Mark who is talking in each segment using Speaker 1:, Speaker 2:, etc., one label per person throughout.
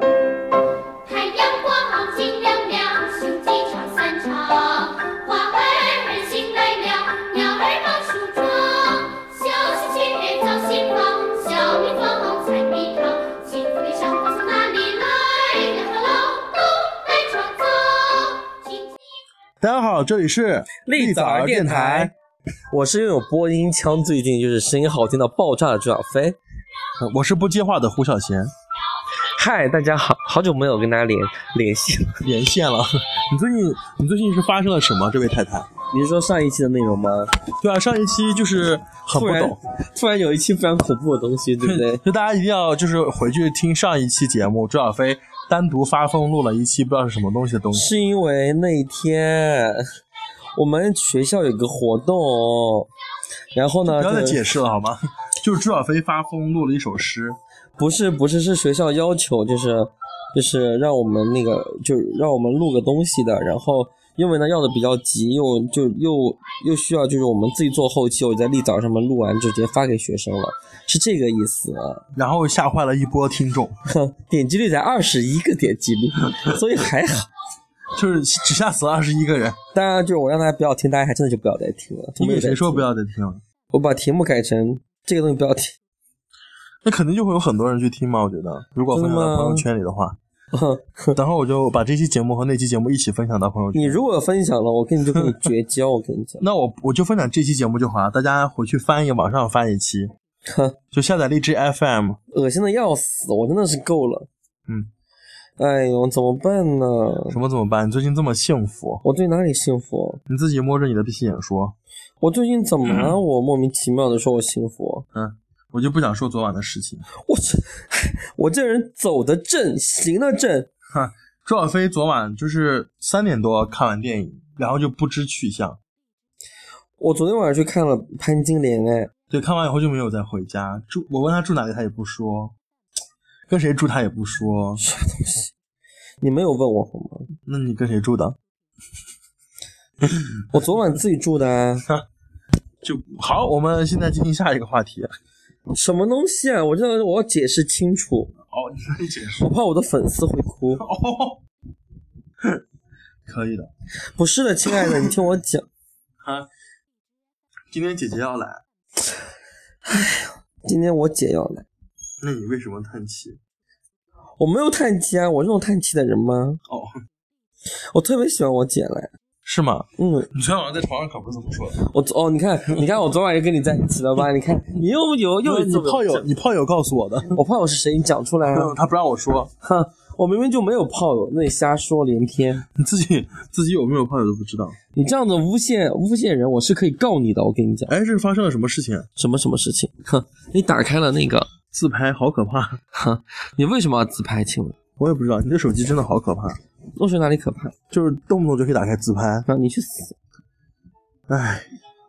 Speaker 1: 太阳光好金亮亮，雄鸡唱三唱，花儿醒来了，鸟儿忙梳妆，小喜鹊造新房，小蜜蜂采蜜糖，幸福的生活从哪里来？要靠劳动来创造。请听
Speaker 2: 大家好，这里是
Speaker 3: 立早儿电台，我是拥有播音腔，最近就是声音好听到爆炸的朱小飞。
Speaker 2: 呃我是不接话的胡小贤，
Speaker 3: 嗨，大家好，好久没有跟大家联联系了。
Speaker 2: 连线了。 你最近你最近是发生了什么？这位太太？
Speaker 3: 你是说上一期的内容吗？
Speaker 2: 对啊，上一期就是很不
Speaker 3: 突然
Speaker 2: 懂，，
Speaker 3: 突然有一期非常恐怖的东西，对不对？
Speaker 2: 就大家一定要就是回去听上一期节目，周小飞单独发疯录了一期不知道是什么东西的东西。
Speaker 3: 是因为那一天我们学校有个活动，然后呢，
Speaker 2: 不要再
Speaker 3: 就
Speaker 2: 解释了好吗？ 就是朱小飞发疯录了一首诗，
Speaker 3: 不是不是是学校要求，就是就是让我们那个就让我们录个东西的，然后因为呢要的比较急，又就又又需要就是我们自己做后期，我在立早上面录完就直接发给学生了，是这个意思 啊。
Speaker 2: 然后吓坏了一波听众，
Speaker 3: 哼，点击率才二十一个点 击率，所以还好。
Speaker 2: 就是只吓死了二十一个人。
Speaker 3: 当然，就是我让大家不要听，大家还真的就不要再听了。
Speaker 2: 因为谁说不
Speaker 3: 要？
Speaker 2: 要再听了？
Speaker 3: 我把题目改成这个东西不要听。
Speaker 2: 那肯定就会有很多人去听嘛，我觉得，如果分享
Speaker 3: 真的
Speaker 2: 到
Speaker 3: 吗
Speaker 2: 朋友圈里的话，
Speaker 3: 哼
Speaker 2: 然后我就把这期节目和那期节目一起分享到朋友圈。
Speaker 3: 你如果分享了，我跟你就跟你绝交。我跟你讲，
Speaker 2: 那我我就分享这期节目就好了，啊大家回去翻一网上翻一期，
Speaker 3: 哼。
Speaker 2: 就下载荔枝 FM，
Speaker 3: 恶心的要死，我真的是够了。
Speaker 2: 嗯，
Speaker 3: 哎呦，怎么办呢？
Speaker 2: 什么怎么办？你最近这么幸福，
Speaker 3: 我最哪里幸福？
Speaker 2: 你自己摸着你的屁眼说，
Speaker 3: 我最近怎么了？我莫名其妙的说我幸福，
Speaker 2: 我就不想说昨晚的事情。
Speaker 3: 我这 我这人走得正，行得正，
Speaker 2: 周小飞昨晚就是三点多看完电影，然后就不知去向，
Speaker 3: 我昨天晚上去看了《潘金莲》，哎，
Speaker 2: 对，看完以后就没有再回家。住我问他住哪里，他也不说，跟谁住他也不说。
Speaker 3: 你没有问我好吗？
Speaker 2: 那你跟谁住的？
Speaker 3: 我昨晚自己住的、啊，
Speaker 2: 就好，我们现在进行下一个话题。
Speaker 3: 什么东西啊？我这我要解释清楚，
Speaker 2: 哦，你可以解释。
Speaker 3: 我怕我的粉丝会哭。
Speaker 2: 哦， 可以的。
Speaker 3: 不是的，亲爱的，你听我讲。
Speaker 2: 今天姐姐要来，
Speaker 3: 今天我姐要来，
Speaker 2: 那你为什么叹气？
Speaker 3: 我没有叹气啊，我这种叹气的人吗？
Speaker 2: 哦，
Speaker 3: 我特别喜欢我姐来，
Speaker 2: 是吗？
Speaker 3: 嗯，
Speaker 2: 你昨天晚上在床上可不是这么说的。
Speaker 3: 我哦，你看，你看，我昨晚又跟你在一起了吧？你看，你又有又有一
Speaker 2: 你
Speaker 3: 次
Speaker 2: 炮友，，你炮友告诉我的。
Speaker 3: 我炮友是谁？你讲出来啊！
Speaker 2: 嗯，他不让我说，
Speaker 3: 哼，我明明就没有炮友，那你瞎说连篇。
Speaker 2: 你自己自己有没有炮友都不知道。
Speaker 3: 你这样子诬陷诬陷人，我是可以告你的。我跟你讲，
Speaker 2: 哎，这是发生了什么事情？
Speaker 3: 什么什么事情？哼，你打开了那个，
Speaker 2: 自拍好可怕，
Speaker 3: 哼，你为什么要自拍？请问，
Speaker 2: 我也不知道。你这手机真的好可怕，
Speaker 3: 落水哪里可怕？
Speaker 2: 就是动不动就可以打开自拍。
Speaker 3: 那你去死！
Speaker 2: 哎，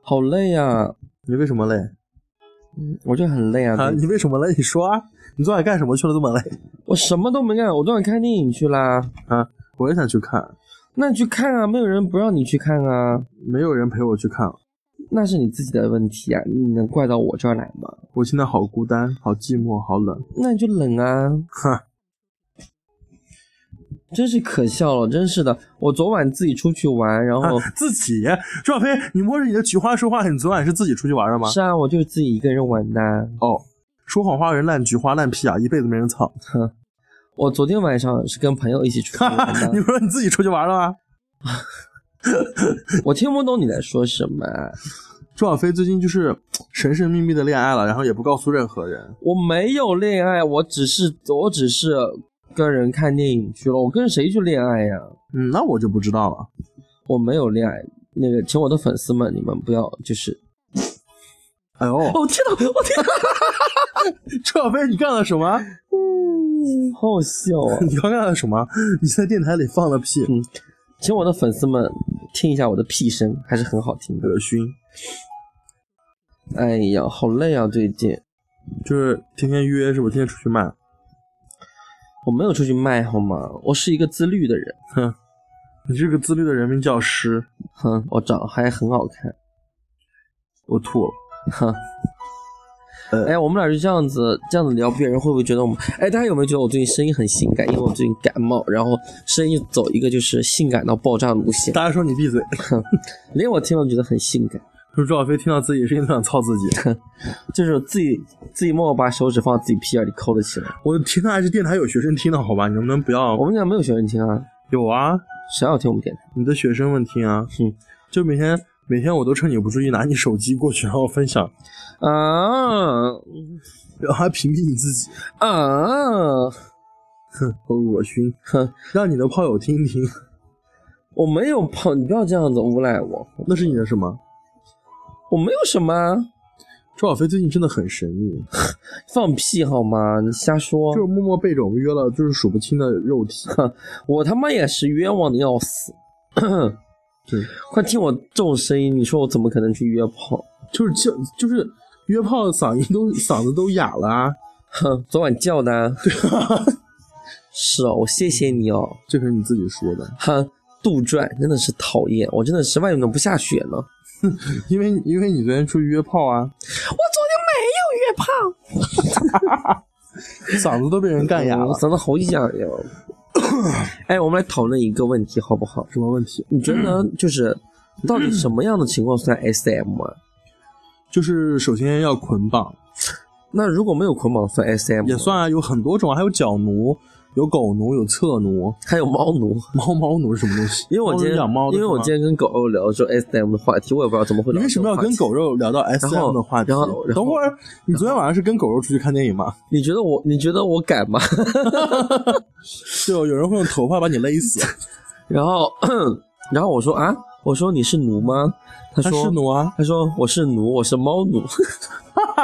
Speaker 3: 好累啊，
Speaker 2: 你为什么累？
Speaker 3: 我就很累啊。
Speaker 2: 啊，你为什么累？你说啊，你昨晚干什么去了这么累？
Speaker 3: 我什么都没干，我昨晚看电影去啦。
Speaker 2: 我也想去看，
Speaker 3: 那你去看啊，没有人不让你去看啊，
Speaker 2: 没有人陪我去看，
Speaker 3: 那是你自己的问题啊，你能怪到我这儿来吗？
Speaker 2: 我现在好孤单，好寂寞，好冷。
Speaker 3: 那你就冷啊，
Speaker 2: 哼，
Speaker 3: 真是可笑了，真是的。我昨晚自己出去玩，然后、
Speaker 2: 自己，周小飞，你摸着你的菊花说话，你昨晚是自己出去玩的吗？
Speaker 3: 是啊，我就自己一个人玩的。
Speaker 2: 哦，说谎话人烂菊花烂屁眼，啊一辈子没人 操。
Speaker 3: 我昨天晚上是跟朋友一起出去
Speaker 2: 哈
Speaker 3: 玩
Speaker 2: 哈，你
Speaker 3: 的。
Speaker 2: 不是说你自己出去玩了吗？
Speaker 3: 我听不懂你在说什么啊，
Speaker 2: 周小飞最近就是神神秘秘的恋爱了，然后也不告诉任何人。
Speaker 3: 我没有恋爱，我只是我只是跟人看电影去了。我跟谁去恋爱呀、
Speaker 2: 嗯，那我就不知道了。
Speaker 3: 我没有恋爱。那个，请我的粉丝们，你们不要就是。
Speaker 2: 哎呦，
Speaker 3: 哦，天哪！我天哪！
Speaker 2: 周小飞，你干了什么？
Speaker 3: 好笑啊！
Speaker 2: 你刚干了什么？你在电台里放了屁，
Speaker 3: 嗯请我的粉丝们听一下我的屁声，还是很好听的。
Speaker 2: 恶心。
Speaker 3: 哎呀，好累啊，最近
Speaker 2: 就是天天约是不是？天天出去卖。
Speaker 3: 我没有出去卖好吗？我是一个自律的人。
Speaker 2: 你这个自律的人名叫师，
Speaker 3: 哼，我长得还很好看。
Speaker 2: 我吐了。
Speaker 3: 哼，
Speaker 2: 呃
Speaker 3: 哎，我们俩就这样子这样子聊，别人会不会觉得我们？哎，大家有没有觉得我最近声音很性感？因为我最近感冒，然后声音走一个就是性感到爆炸路线，
Speaker 2: 大家说你闭嘴，
Speaker 3: 连我听了都觉得很性感，
Speaker 2: 说朱小飞听到自己声音都想操自己。
Speaker 3: 就是自己自己默默把手指放在自己屁眼里抠了起来。
Speaker 2: 我天呐，这电台有学生听的好吧？你能不能不要
Speaker 3: 我？们俩没有学生听啊，
Speaker 2: 有啊，
Speaker 3: 谁要听我们电台？
Speaker 2: 你的学生们听啊。
Speaker 3: 嗯，
Speaker 2: 就每天每天我都趁你不注意拿你手机过去，然后分享，
Speaker 3: 啊
Speaker 2: 然后还屏蔽你自己，
Speaker 3: 啊！
Speaker 2: 哼，好恶心，
Speaker 3: 哼，
Speaker 2: 让你的炮友听一听，
Speaker 3: 我没有泡，你不要这样子诬赖我，
Speaker 2: 那是你的什么？
Speaker 3: 我没有什么啊，
Speaker 2: 周小飞最近真的很神秘，
Speaker 3: 放屁好吗？你瞎说
Speaker 2: 就是，默默被我们约了，就是数不清的肉体。
Speaker 3: 我他妈也是冤枉的要死。
Speaker 2: 对，
Speaker 3: 快听我这种声音，你说我怎么可能去约炮？
Speaker 2: 就是叫就是约炮嗓音都嗓子都哑了、啊，
Speaker 3: 哼，昨晚叫的啊。 是哦，我谢谢你哦。
Speaker 2: 这是你自己说的，
Speaker 3: 哼，杜撰真的是讨厌，我真的是外面怎么不下雪呢？
Speaker 2: 因为因为你昨天出去约炮啊，
Speaker 3: 我昨天没有约炮，
Speaker 2: 嗓子都被人干哑
Speaker 3: 我
Speaker 2: 了。
Speaker 3: 嗓子嗯好哑 呀。哎，我们来讨论一个问题好不好？
Speaker 2: 什么问题？嗯
Speaker 3: 你觉得就是到底什么样的情况算 SM 啊？
Speaker 2: 就是首先要捆绑，
Speaker 3: 那如果没有捆绑算 SM，吗
Speaker 2: 也，算啊，有很多种啊，还有脚奴，有狗奴，有侧奴，
Speaker 3: 还有猫奴。
Speaker 2: 猫猫奴是什么东西？
Speaker 3: 因为我
Speaker 2: 猫
Speaker 3: 今
Speaker 2: 人
Speaker 3: 天
Speaker 2: 养猫，的
Speaker 3: 因
Speaker 2: 是
Speaker 3: 为
Speaker 2: 吗，
Speaker 3: 我今天跟狗狗聊说 SM 的话题，我也不知道怎么会
Speaker 2: 你
Speaker 3: 聊。
Speaker 2: 为什么要跟？狗肉聊到 S
Speaker 3: 然
Speaker 2: M
Speaker 3: 后
Speaker 2: 的话题？
Speaker 3: 然后然后
Speaker 2: 等会儿，你昨天晚上是跟狗肉出去看电影吗？
Speaker 3: 你觉得我？你觉得我敢吗？
Speaker 2: 就有人会用头发把你勒死。
Speaker 3: 然后， 然后我说啊，我说你是奴吗？ 他
Speaker 2: 他
Speaker 3: 说
Speaker 2: 是奴啊，
Speaker 3: 他说我是奴，我是猫奴，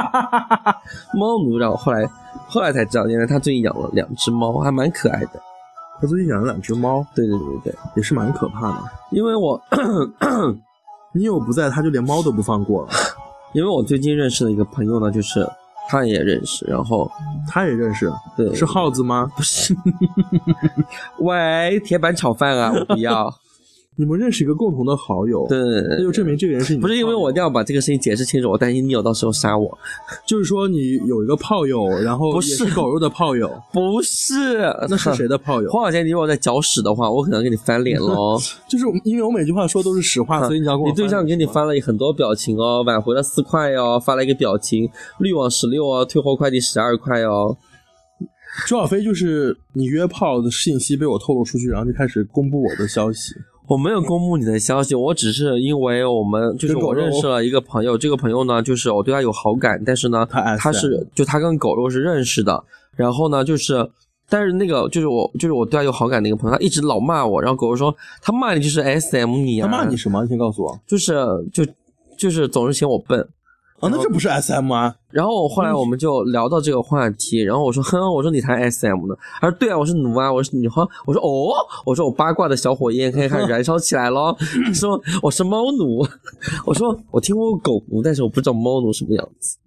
Speaker 3: 猫奴。然后后来后来才知道，原来他最近养了两只猫，还蛮可爱的。
Speaker 2: 他最近养了两只猫，
Speaker 3: 对对对对，
Speaker 2: 也是蛮可怕的。
Speaker 3: 因为我
Speaker 2: 你有不在，他就连猫都不放 过了。
Speaker 3: 因为我最近认识的一个朋友呢，就是他也认识，然后
Speaker 2: 他也认识，
Speaker 3: 对
Speaker 2: 是耗子吗？
Speaker 3: 喂铁板炒饭啊，我不要。
Speaker 2: 你们认识一个共同的好友，
Speaker 3: 对，对
Speaker 2: 那
Speaker 3: 对
Speaker 2: 就证明这个人是你的
Speaker 3: 不是因为
Speaker 2: 炮友
Speaker 3: 我一定要把这个事情解释清楚，我担心你有到时候杀我。
Speaker 2: 就是说你有一个炮友，然后也
Speaker 3: 不是
Speaker 2: 是狗肉的炮友，
Speaker 3: 不是，
Speaker 2: 那是谁？的炮友？
Speaker 3: 黄小贤，你如果在搅屎的话，我可能跟你翻脸喽。
Speaker 2: 就是因为我每句话说都是实话，所以嗯你要跟我
Speaker 3: 嗯你对象给你发了很多表情哦，挽回了四块哦，发了一个表情，滤网十六哦，退货快递十二块哦。
Speaker 2: 朱小飞就是你约炮的信息被我透露出去，然后就开始公布我的消息。
Speaker 3: 我没有公布你的消息，我只是因为我们就是
Speaker 2: 跟狗
Speaker 3: 我
Speaker 2: 肉
Speaker 3: 认识了一个朋友，这个朋友呢，就是我对他有好感，但是呢，
Speaker 2: 他爱
Speaker 3: 他是就他跟狗肉是认识的，然后呢，就是但是那个就是我就是我对他有好感的一个朋友，他一直老骂我，然后狗肉说他骂你就是 S M 你啊，
Speaker 2: 他骂你什么？你先告诉我。
Speaker 3: 就是就就是总是嫌我笨，
Speaker 2: 啊，那这不是 S M 啊？
Speaker 3: 然后后来我们就聊到这个话题，然后我说，哼，我说你谈 SM 呢？他说对啊，我是奴啊，我是女哈，我说哦，我说我八卦的小火焰可以开始燃烧起来咯。他说我是猫奴， 我说我听过狗奴，但是我不知道猫奴什么样子，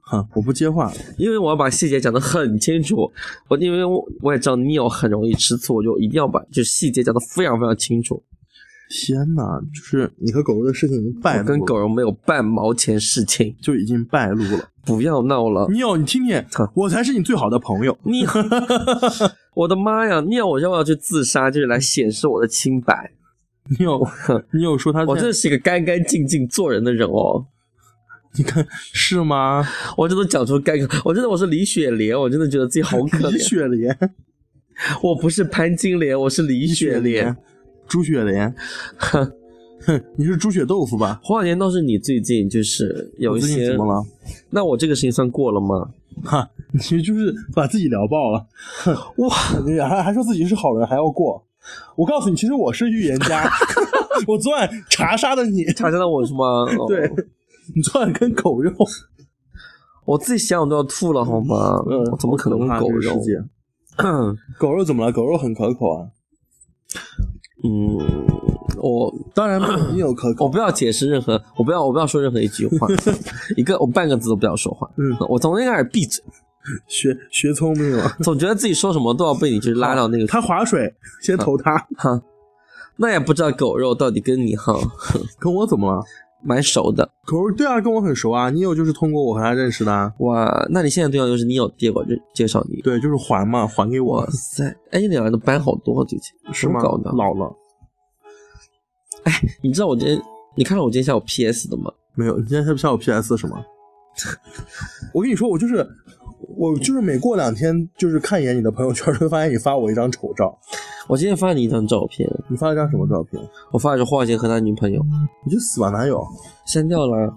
Speaker 2: 哈，我不接话。
Speaker 3: 因为我要把细节讲得很清楚。我因为我我也知道你有很容易吃醋，我就一定要把就是细节讲得非常非常清楚。
Speaker 2: 天哪，就是你和狗肉的事情已经败露
Speaker 3: 我
Speaker 2: 了，
Speaker 3: 跟狗肉没有半毛钱事情，
Speaker 2: 就已经败露了。
Speaker 3: 不要闹了。
Speaker 2: 你有，你听听
Speaker 3: 哼，
Speaker 2: 我才是你最好的朋友。
Speaker 3: 你， 我的妈呀！你要我要不要去自杀，就是来显示我的清白？
Speaker 2: 你有，你有说他
Speaker 3: 我
Speaker 2: 在
Speaker 3: 真的是一个干干净净做人的人哦！
Speaker 2: 你看是吗？
Speaker 3: 我真的讲出干，我真的我是李雪莲，我真的觉得自己好 可
Speaker 2: 李
Speaker 3: 怜。
Speaker 2: 雪莲，
Speaker 3: 我不是潘金莲，我是李
Speaker 2: 李
Speaker 3: 雪莲。，
Speaker 2: 朱雪莲，哼，你是猪血豆腐吧？
Speaker 3: 黄晓年倒是你最近就是有
Speaker 2: 我
Speaker 3: 一
Speaker 2: 最近
Speaker 3: 些
Speaker 2: 怎么，了？
Speaker 3: 那我这个事情算过了吗？
Speaker 2: 哈，你就是把自己聊爆了，
Speaker 3: 哇，
Speaker 2: 你啊还还说自己是好人还要过。我告诉你，其实我是预言 家， 我昨晚查杀的你，
Speaker 3: 查查到我是吗？哦
Speaker 2: 对，你昨晚跟狗肉，
Speaker 3: 我自己想想都要吐了好吗？
Speaker 2: 嗯
Speaker 3: 我怎么可能会狗肉？
Speaker 2: 狗肉怎么了？狗肉很可口啊，
Speaker 3: 嗯，我
Speaker 2: 当然你有可
Speaker 3: 我
Speaker 2: 口。
Speaker 3: 不要解释任何，我不要，我不要说任何一句 话，一个我半个字都不要说话。
Speaker 2: 嗯，
Speaker 3: 我从那开始闭 嘴，
Speaker 2: 学学聪明了，
Speaker 3: 总觉得自己说什么都要被你就是拉到那个
Speaker 2: 他划水先投他，
Speaker 3: 哈。那也不知道狗肉到底跟你哈，
Speaker 2: 跟我怎么了？
Speaker 3: 蛮熟的。
Speaker 2: 可是对啊，跟我很熟啊，你有就是通过我和他认识的、啊，
Speaker 3: 哇，那你现在对象就是你有介绍介介绍你？
Speaker 2: 对，就是还嘛，还给我
Speaker 3: 哇塞，哎，你两人的班好多最近，
Speaker 2: 是
Speaker 3: 怎
Speaker 2: 吗？
Speaker 3: 么搞的？
Speaker 2: 老了
Speaker 3: 你知道我今天你看到我今天下午 PS 的吗？
Speaker 2: 没有？你现在下不下我 PS 什么？ 我跟你说，我就是 我就是每过两天就是看一眼你的朋友圈，就会发现你发我一张丑照，
Speaker 3: 我今天发了你一张照片，
Speaker 2: 你发了张什么照片？
Speaker 3: 我发的是华贤和他女朋友，
Speaker 2: 你就死吧男友
Speaker 3: 删掉了啊。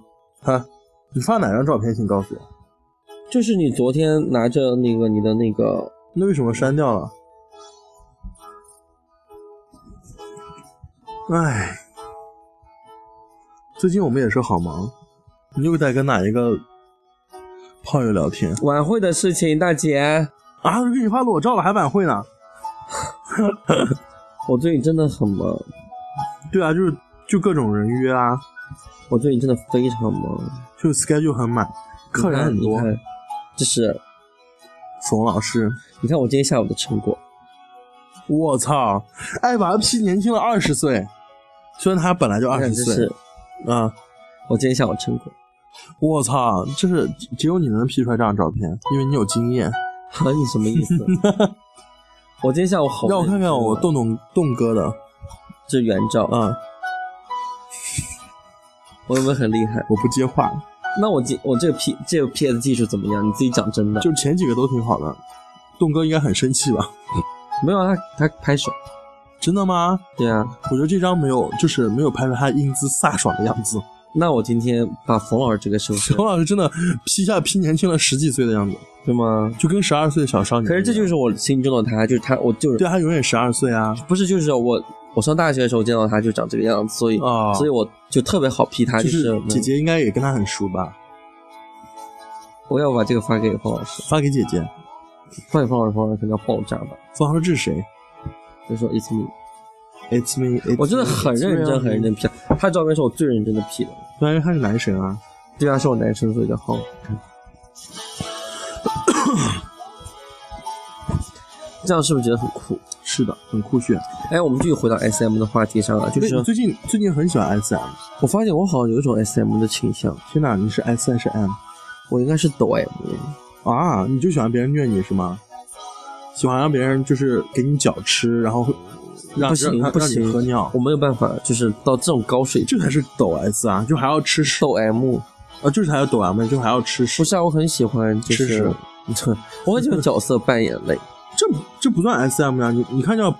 Speaker 2: 哈？你发哪张照片？请告诉我。
Speaker 3: 就是你昨天拿着那个你的那个，
Speaker 2: 那为什么删掉了？唉，最近我们也是好忙，你又在跟哪一个炮友聊天
Speaker 3: 晚会的事情，大姐，
Speaker 2: 啊？我给你发裸照了，还晚会呢？
Speaker 3: 我最近真的很忙，
Speaker 2: 对啊，就是就各种人约啊，
Speaker 3: 我最近真的非常忙，
Speaker 2: 就 schedule 很满，客人很多
Speaker 3: 你。看，你看就是
Speaker 2: 冯老师，
Speaker 3: 你看我今天下午的成果，
Speaker 2: 我操，艾娃 P 年轻了二十岁，虽然他本来就
Speaker 3: 你
Speaker 2: 二
Speaker 3: 看
Speaker 2: 十
Speaker 3: 这
Speaker 2: 岁
Speaker 3: 是
Speaker 2: 啊。
Speaker 3: 我今天下午成果，
Speaker 2: 我操，就是只有你能 P 出来这张照片，因为你有经验。
Speaker 3: 哈，你什么意思？ 我今天下午好，
Speaker 2: 让我看看我
Speaker 3: 动
Speaker 2: 洞洞洞哥的
Speaker 3: 这原照，
Speaker 2: 啊、
Speaker 3: 我有没有很厉害？
Speaker 2: 我不接话，
Speaker 3: 那我今我这个 P 这个 PS 技术怎么样？你自己讲真的，
Speaker 2: 就前几个都挺好的。洞哥应该很生气吧？
Speaker 3: 没有啊他他拍手，
Speaker 2: 真的吗？
Speaker 3: 对啊，
Speaker 2: 我觉得这张没有，就是没有拍出他英姿飒爽的样子。
Speaker 3: 那我今天把冯老师这个收拾，
Speaker 2: 冯老师真的 P 一下 P 年轻了十几岁的样子，
Speaker 3: 对吗？
Speaker 2: 就跟十二岁的小少女一
Speaker 3: 可
Speaker 2: 样。
Speaker 3: 是这就是我心中的他，就是他，我就
Speaker 2: 嗯
Speaker 3: 是
Speaker 2: 对他永远十二岁啊！
Speaker 3: 不是就是我，我上大学的时候见到他就长这个样子，所以、
Speaker 2: 啊
Speaker 3: 所以我就特别好批他，
Speaker 2: 就是是姐
Speaker 3: 嗯
Speaker 2: 姐应该也跟他很熟吧？
Speaker 3: 我要把这个发给冯老师，
Speaker 2: 发给姐姐，
Speaker 3: 发给冯老师，冯老师可能要爆炸吧，
Speaker 2: 冯老师这是谁
Speaker 3: 就说 it's me，
Speaker 2: ？It's me, it's
Speaker 3: 我真的很
Speaker 2: me, it's
Speaker 3: 认
Speaker 2: real
Speaker 3: 真，很认
Speaker 2: me
Speaker 3: 真。批，
Speaker 2: 啊
Speaker 3: 他照片是我最认真的 P 的，
Speaker 2: 对啊，因为他是男神啊。
Speaker 3: 对啊，是我男生，所以 叫好看。这样是不是觉得很酷？
Speaker 2: 是的，很酷炫。
Speaker 3: 哎，我们继续回到 S M 的话题上啊，就
Speaker 2: 对，
Speaker 3: 是
Speaker 2: 你最近最近很喜欢 S M，
Speaker 3: 我发现我好像有一种 S M 的倾向，
Speaker 2: 天哪，你是 S 还是 M
Speaker 3: 我应该是抖 M，
Speaker 2: 啊？你就喜欢别人虐你是吗？喜欢让别人就是给你脚吃，然后会让
Speaker 3: 不行
Speaker 2: 让
Speaker 3: 不
Speaker 2: 让你
Speaker 3: 行
Speaker 2: 喝尿
Speaker 3: 我，没有办法，就是到这种高水平
Speaker 2: 这才是抖 S 啊！就还要吃屎
Speaker 3: 抖 M。
Speaker 2: 啊，就是还要抖 M，就还要吃屎
Speaker 3: 不，是啊，我很喜欢， 就
Speaker 2: 吃
Speaker 3: 是
Speaker 2: 屎
Speaker 3: 我很喜欢角色扮演类。
Speaker 2: 这这不算 S M 呀、你你看叫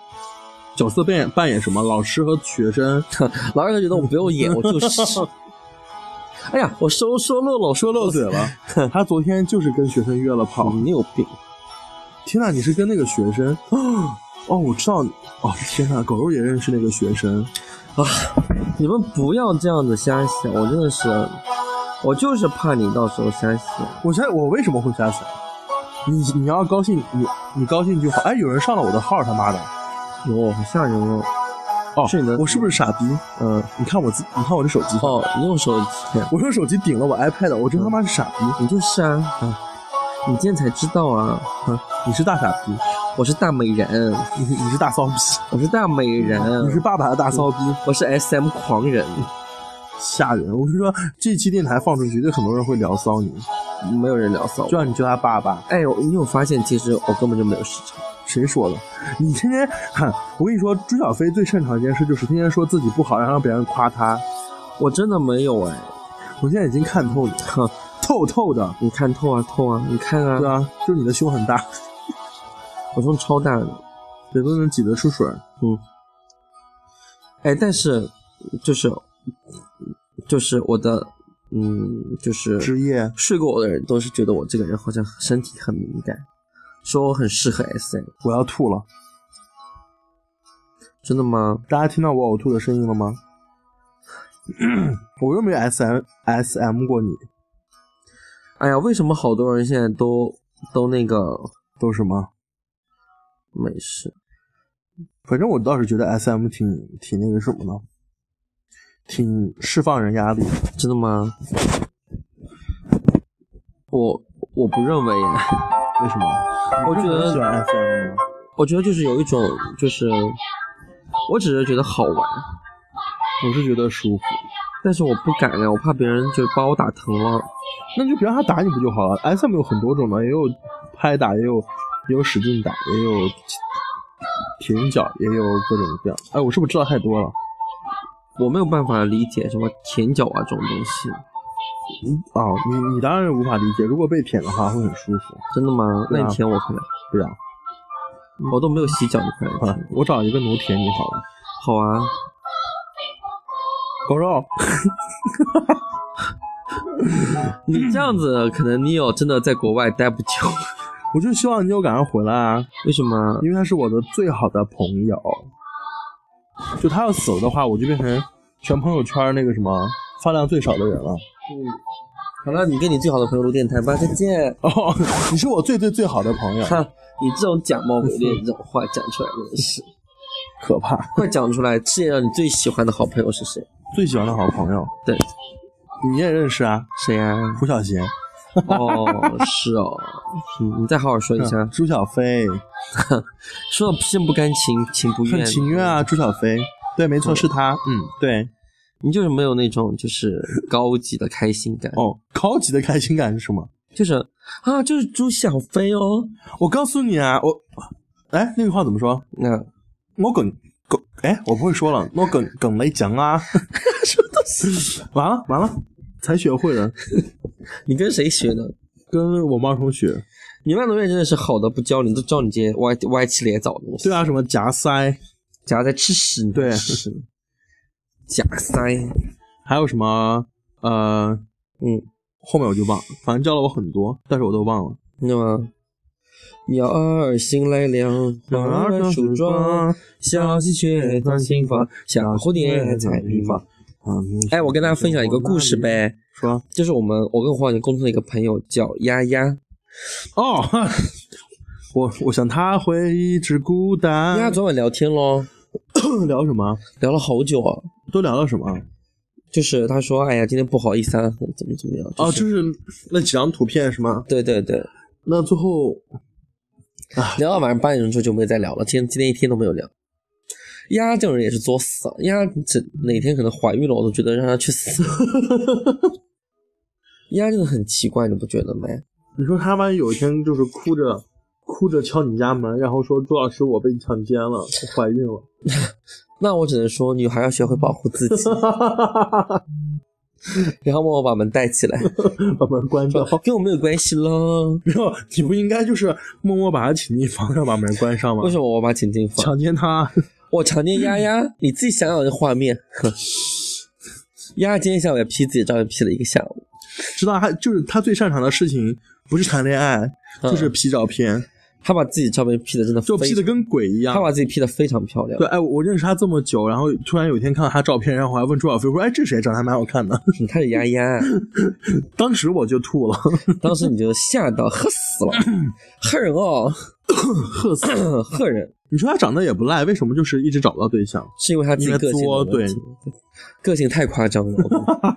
Speaker 2: 角色扮演扮演什么？老师和学生，
Speaker 3: 老师就觉得我不用演，我就是。 哎呀，我说说漏了，我
Speaker 2: 说漏嘴 了。他昨天就是跟学生约了炮。
Speaker 3: 嗯你有病！
Speaker 2: 天呐，你是跟那个学生啊？哦，我知道，哦，天呐，狗肉也认识那个学生。
Speaker 3: 你们不要这样子瞎想，我真的是，我就是怕你到时候瞎想。
Speaker 2: 我现在我为什么会瞎想？你你要高兴，你你高兴就好。哎，有人上了我的号，他妈的！
Speaker 3: 哟，好吓人哦！
Speaker 2: 哦，
Speaker 3: 是你的
Speaker 2: 我是不是傻逼？
Speaker 3: 嗯，
Speaker 2: 你看我自，你看我这手机，
Speaker 3: 哦，你用手机，
Speaker 2: 我用手机顶了我 iPad，我真他妈是傻逼！
Speaker 3: 你就是啊，啊，你今天才知道啊，
Speaker 2: 哼，你是大傻逼，
Speaker 3: 我是大美人，
Speaker 2: 你你是大骚逼，
Speaker 3: 我是大美
Speaker 2: 你是
Speaker 3: 人，啊
Speaker 2: 爸爸的大骚逼，
Speaker 3: 我是 S M 狂人，
Speaker 2: 吓人！我是说，这期电台放出去，绝对很多人会聊骚你，
Speaker 3: 没有人聊骚
Speaker 2: 就。让你叫他爸爸。
Speaker 3: 哎，我你有发现，其实我根本就没有市场。
Speaker 2: 谁说的？你天天，哼，我跟你说，朱小飞最擅长一件事就是天天说自己不好，然后让别人夸他。
Speaker 3: 我真的没有哎，
Speaker 2: 我现在已经看透你了，
Speaker 3: 哼，
Speaker 2: 透透的。
Speaker 3: 你看透啊透啊，你看啊，
Speaker 2: 对啊，就是你的胸很大，
Speaker 3: 我胸超大的，
Speaker 2: 也都能挤得出水儿。
Speaker 3: 嗯，哎，但是就是就是我的嗯，就是
Speaker 2: 职业
Speaker 3: 睡过我的人都是觉得我这个人好像身体很敏感，说我很适合 S M，
Speaker 2: 我要吐了，
Speaker 3: 真的吗？
Speaker 2: 大家听到我呕吐的声音了吗？ 我又没 S M S M 过你，
Speaker 3: 哎呀，为什么好多人现在都都那个
Speaker 2: 都是什么？
Speaker 3: 没事？
Speaker 2: 反正我倒是觉得 S M 挺挺那个什么呢，挺释放人压力。
Speaker 3: 真的吗？我我不认为耶。
Speaker 2: 为什么？
Speaker 3: 我觉得
Speaker 2: 你喜欢 S M 吗？
Speaker 3: 我觉得就是有一种，就是我只是觉得好玩，
Speaker 2: 我是觉得舒服。
Speaker 3: 但是我不敢呀，我怕别人就把我打疼了。
Speaker 2: 那你就别让他打你不就好了？SM 有很多种的，也有拍打，也有也有使劲打，也有停脚，也有各种各样。哎，我是不是知道太多了？
Speaker 3: 我没有办法理解什么舔脚啊这种东西，
Speaker 2: 啊、你你当然是无法理解。如果被舔的话，会很舒服。
Speaker 3: 真的吗？
Speaker 2: 对啊
Speaker 3: 那你舔我快点，
Speaker 2: 对呀、
Speaker 3: 我都没有洗脚，你快点
Speaker 2: 啊
Speaker 3: 舔。，
Speaker 2: 我找一个奴舔你好了。
Speaker 3: 好啊，
Speaker 2: 狗肉，
Speaker 3: 你这样子可能你有真的在国外待不久，
Speaker 2: 我就希望你有赶快回来啊，
Speaker 3: 为什么？
Speaker 2: 因为他是我的最好的朋友。就他要死了的话，我就变成全朋友圈那个什么发量最少的人了。
Speaker 3: 嗯，好了，你跟你最好的朋友录电台吧，再见。
Speaker 2: 哦， 你是我最最最好的朋友，
Speaker 3: 哈，你这种假冒伪劣这种话讲出来真的是，
Speaker 2: 可怕。
Speaker 3: 快讲出来！世界上你最喜欢的好朋友是谁？
Speaker 2: 最喜欢的好朋友，
Speaker 3: 对，
Speaker 2: 你也认识啊，
Speaker 3: 谁 呀、啊？
Speaker 2: 胡小贤，
Speaker 3: 哦，是哦，嗯，你再好好说一下。
Speaker 2: 朱小飞，
Speaker 3: 说到心不甘情，情不
Speaker 2: 很
Speaker 3: 愿，
Speaker 2: 情愿啊，朱小飞，对，没错，是他，嗯，对，
Speaker 3: 你就是没有那种就是高级的开心感，
Speaker 2: 哦，高级的开心感是什么？
Speaker 3: 就是啊，就是朱小飞哦，
Speaker 2: 我告诉你啊，我，哎，那句话怎么说？
Speaker 3: 那、
Speaker 2: 我梗梗，哎，我不会说了，我梗梗雷讲 啊，什么东西？ 完了完了，才学会了，
Speaker 3: 你跟谁学的？
Speaker 2: 跟我妈同学，
Speaker 3: 你们班同学真的是好的不教你，都教你这些歪歪七咧枣的东西。
Speaker 2: 对啊，什么夹腮，
Speaker 3: 夹在吃屎，你
Speaker 2: 对
Speaker 3: 吃屎夹塞，
Speaker 2: 还有什么呃，
Speaker 3: 嗯，
Speaker 2: 后面我就忘了，反正教了我很多，但是我都忘了。
Speaker 3: 那么。鸟儿醒来了，花儿梳妆，小喜鹊穿新房，小蝴蝶采蜜蜂。哎，我跟大家分享一个故事。呗，
Speaker 2: 啊嗯说
Speaker 3: 就是我们我跟黄晓宁共同的一个朋友叫丫丫，
Speaker 2: 哦， 我我想他会一直孤
Speaker 3: 丫丫
Speaker 2: 单。
Speaker 3: 昨晚聊天咯，
Speaker 2: 聊什么？
Speaker 3: 聊了好久啊，
Speaker 2: 都聊了什么？
Speaker 3: 就是她说，哎呀，今天不好意思啊，怎么怎么样？
Speaker 2: 哦，
Speaker 3: 就是
Speaker 2: 就是那几张图片是吗？
Speaker 3: 对对对，
Speaker 2: 那最后
Speaker 3: 聊到晚上八点钟之后就没有再聊了，今天今天一天都没有聊。丫这种人也是作死，啊丫这哪天可能怀孕了，我都觉得让她去死。 丫真的很奇怪，你不觉得吗？
Speaker 2: 你说他万一有一天就是哭着哭着敲你家门，然后说朱老师我被强奸了，我怀孕了，
Speaker 3: 那我只能说，女孩要学会保护自己，然后默默把门带起来，
Speaker 2: 把门关掉。
Speaker 3: 跟我没有关系喽。
Speaker 2: 没有，你不应该就是默默把他请进房，然后把门关上吗
Speaker 3: 为？什么我把请进房？
Speaker 2: 强奸他，
Speaker 3: 我强奸丫丫， 你自己想想这画面。 丫丫今天下午也 P 自己的照片 P 了一个下午，
Speaker 2: 知道他就是他最擅长的事情，不是谈恋爱，就是
Speaker 3: 嗯
Speaker 2: P 照片，
Speaker 3: 她把自己照片 P 的真的
Speaker 2: 就
Speaker 3: 非
Speaker 2: P 的跟鬼一样
Speaker 3: 她。把自己 P 的非常漂亮
Speaker 2: 对，。哎，我我认识他这么久，然后突然有一天看到他照片，然后我还问朱小飞我说：“哎，这谁长得还蛮好看的
Speaker 3: 你看着丫丫，？”
Speaker 2: 当时我就吐了，
Speaker 3: 当时你就吓到，吓死了，吓人哦，
Speaker 2: 吓死！
Speaker 3: 吓人，哦
Speaker 2: 你说他长得也不赖，为什么就是一直找不到对象？
Speaker 3: 是因为他自己个性
Speaker 2: 因为
Speaker 3: 的
Speaker 2: 作
Speaker 3: 问题，个性太夸张了。 我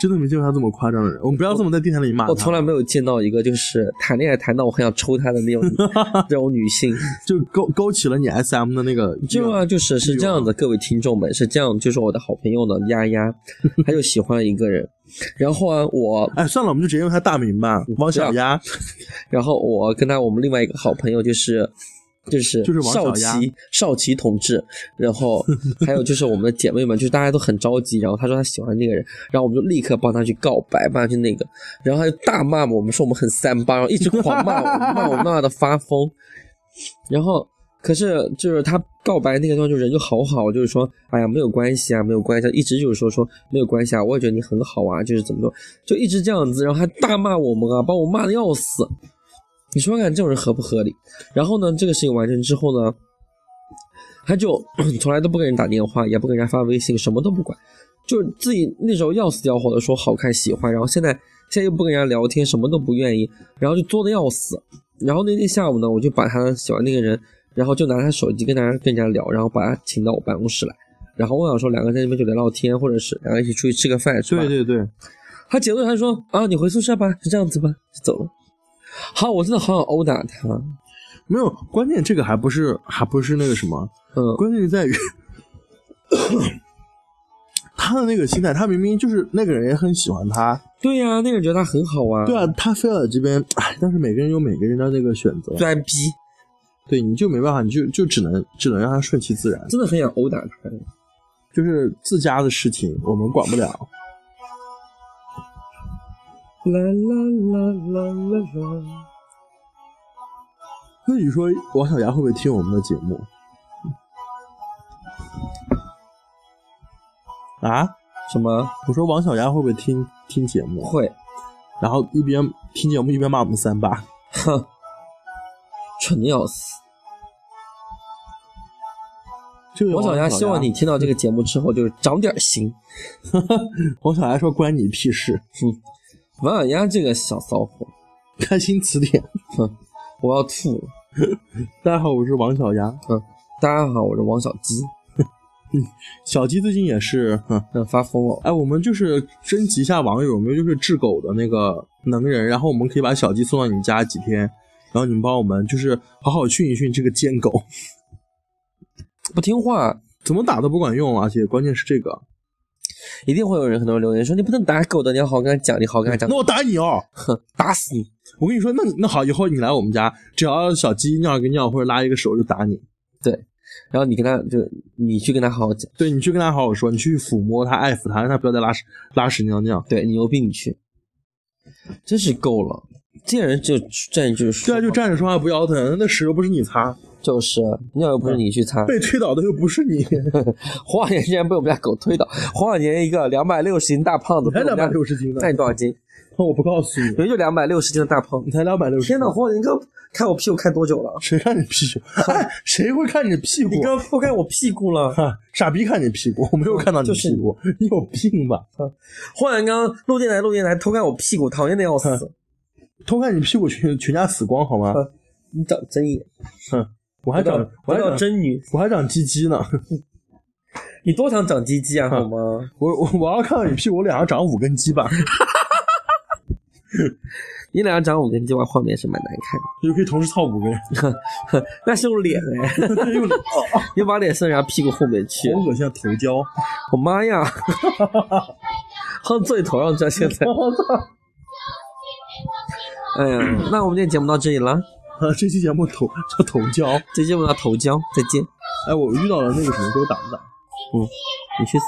Speaker 2: 真的没见过他这么夸张的人。我们不要这么在电台里骂他
Speaker 3: 我从来没有见到一个就是谈恋爱谈到我很想抽他的 那种这种女性，
Speaker 2: 就勾勾起了你 S M 的那个欲
Speaker 3: 就
Speaker 2: 望
Speaker 3: 啊，就是是这样
Speaker 2: 哎
Speaker 3: 的，各位听众们是这样，就是我的好朋友呢丫 丫，她就喜欢一个人，然后啊我
Speaker 2: 哎，算了，我们就直接用他大名吧，王小丫。
Speaker 3: 然后我跟他我们另外一个好朋友就是就是
Speaker 2: 就是王小
Speaker 3: 少
Speaker 2: 丫
Speaker 3: 奇少奇同志，然后还有就是我们的姐妹们，就是大家都很着急，然后他说他喜欢那个人，然后我们就立刻帮他去告白，帮他去那个，然后他就大骂我们说我们很三八，然后一直狂骂我们，骂我们骂的发疯，然后。可是，就是他告白那个地方，就人就好好，就是说，哎呀，没有关系啊，没有关系、啊，一直就是说说没有关系啊，我也觉得你很好啊，就是怎么说，就一直这样子，然后还大骂我们啊，把我骂的要死。你说说看，这种人合不合理？然后呢，这个事情完成之后呢，他就 从来都不给人打电话，也不给人家发微信，什么都不管，就是自己那时候要死要活的说好看喜欢，然后现在现在又不跟人家聊天，什么都不愿意，然后就作的要死。然后那天下午呢，我就把他喜欢那个人，然后就拿他手机跟大家跟人家聊，然后把他请到我办公室来，然后我想说两个人在那边就聊聊天，或者是两个人一起出去吃个饭，是吧？
Speaker 2: 对对对，
Speaker 3: 他结论他说啊，你回宿舍吧，就这样子吧，就走了。好，我真的好想殴打他。
Speaker 2: 没有关键，这个还不是还不是那个什么，
Speaker 3: 嗯，
Speaker 2: 关键在于他的那个心态，他明明就是那个人也很喜欢他，
Speaker 3: 对呀、那个人觉得他很好玩，
Speaker 2: 对啊，他非要在这边，哎，但是每个人有每个人的那个选择，
Speaker 3: 拽逼，
Speaker 2: 对，你就没办法，你就就只能只能让他顺其自然，
Speaker 3: 真的很想殴打他。
Speaker 2: 就是自家的事情我们管不了，
Speaker 3: 啦啦啦啦啦啦！
Speaker 2: 那你说王小牙会不会听我们的节目？啊？
Speaker 3: 什么
Speaker 2: 我说王小牙会不会听听节目？
Speaker 3: 会？
Speaker 2: 然后一边听节目一边骂我们三八。
Speaker 3: 哼，蠢的要死！
Speaker 2: 这个
Speaker 3: 王小
Speaker 2: 牙
Speaker 3: 丫希望你听到这个节目之后，就是长点心。
Speaker 2: 王小牙说关你屁事，
Speaker 3: 王小丫这个小骚货，
Speaker 2: 开心词典。
Speaker 3: 我要吐了。
Speaker 2: 大家好，我是王小牙。
Speaker 3: 大家好，我是王小鸡，
Speaker 2: 小鸡最近也是，哼，
Speaker 3: 嗯，发疯了。
Speaker 2: 哎，我们就是征集一下网友有没有就是治狗的那个能人，然后我们可以把小鸡送到你家几天，然后你们帮我们就是好好训一训这个贱狗，
Speaker 3: 不听话，
Speaker 2: 怎么打都不管用，而且关键是这个，
Speaker 3: 一定会有人很多人留言说你不能打狗的，你要好好跟他讲，你好好跟他讲
Speaker 2: 那，我打你哦。
Speaker 3: 哼，打死你！
Speaker 2: 我跟你说，那你那好，以后你来我们家，只要小鸡尿一个尿或者拉一个手就打你。
Speaker 3: 然后你跟他就你去跟他好好讲，
Speaker 2: 对你去跟他好好说，你去抚摸他，爱抚他，让他不要再拉屎拉屎尿尿。
Speaker 3: 对你有病你去，真是够了。这些人就站着就是
Speaker 2: 对啊，就站着说话不腰疼，那屎又不是你擦，
Speaker 3: 就是尿又不是你去擦，
Speaker 2: 被推倒的又不是 你，
Speaker 3: 黄小年竟然被我们家狗推倒，黄小年一个两百六十斤大胖子，
Speaker 2: 你才
Speaker 3: 被我
Speaker 2: 两
Speaker 3: 们家
Speaker 2: 百六十斤呢
Speaker 3: 那，你多少斤？
Speaker 2: 我不告诉你，
Speaker 3: 也就两百六十斤的大胖
Speaker 2: 你
Speaker 3: 子。
Speaker 2: 才两百六十。
Speaker 3: 天哪，黄小年，你哥看我屁股看多久了？
Speaker 2: 谁看你屁 股？哎， 谁会看你屁股
Speaker 3: 你？哥不看我屁股了。
Speaker 2: 哈，傻逼看你屁股，我没有看到你
Speaker 3: 就是
Speaker 2: 屁股，你有病吧？
Speaker 3: 黄小年刚刚录电台，录电台偷看我屁股，讨厌的要死。
Speaker 2: 偷看你屁股，全全家死光好吗？
Speaker 3: 嗯你长真眼，
Speaker 2: 我还长，我
Speaker 3: 我
Speaker 2: 还
Speaker 3: 要
Speaker 2: 长，
Speaker 3: 真女，
Speaker 2: 我还长鸡鸡呢。
Speaker 3: 你多想长鸡鸡啊，好吗？
Speaker 2: 我我我要看到你屁股，我脸上长五根鸡 吧，
Speaker 3: 你俩长五根鸡巴，画面是蛮难看
Speaker 2: 就可以同时操五个人，
Speaker 3: 的， 那是用脸哎，
Speaker 2: 又哦
Speaker 3: 你把脸伸人家屁股后面去，
Speaker 2: 好恶心，头胶。
Speaker 3: 我妈呀，好像坐你头上这现 在。
Speaker 2: 我操！
Speaker 3: 哎呀，那我们今天节目到这里了，
Speaker 2: 啊， 这期节目头叫头胶。
Speaker 3: 这期节目到头江，再见，
Speaker 2: 哎，我遇到了那个什么，给我打不打？
Speaker 3: 你去死。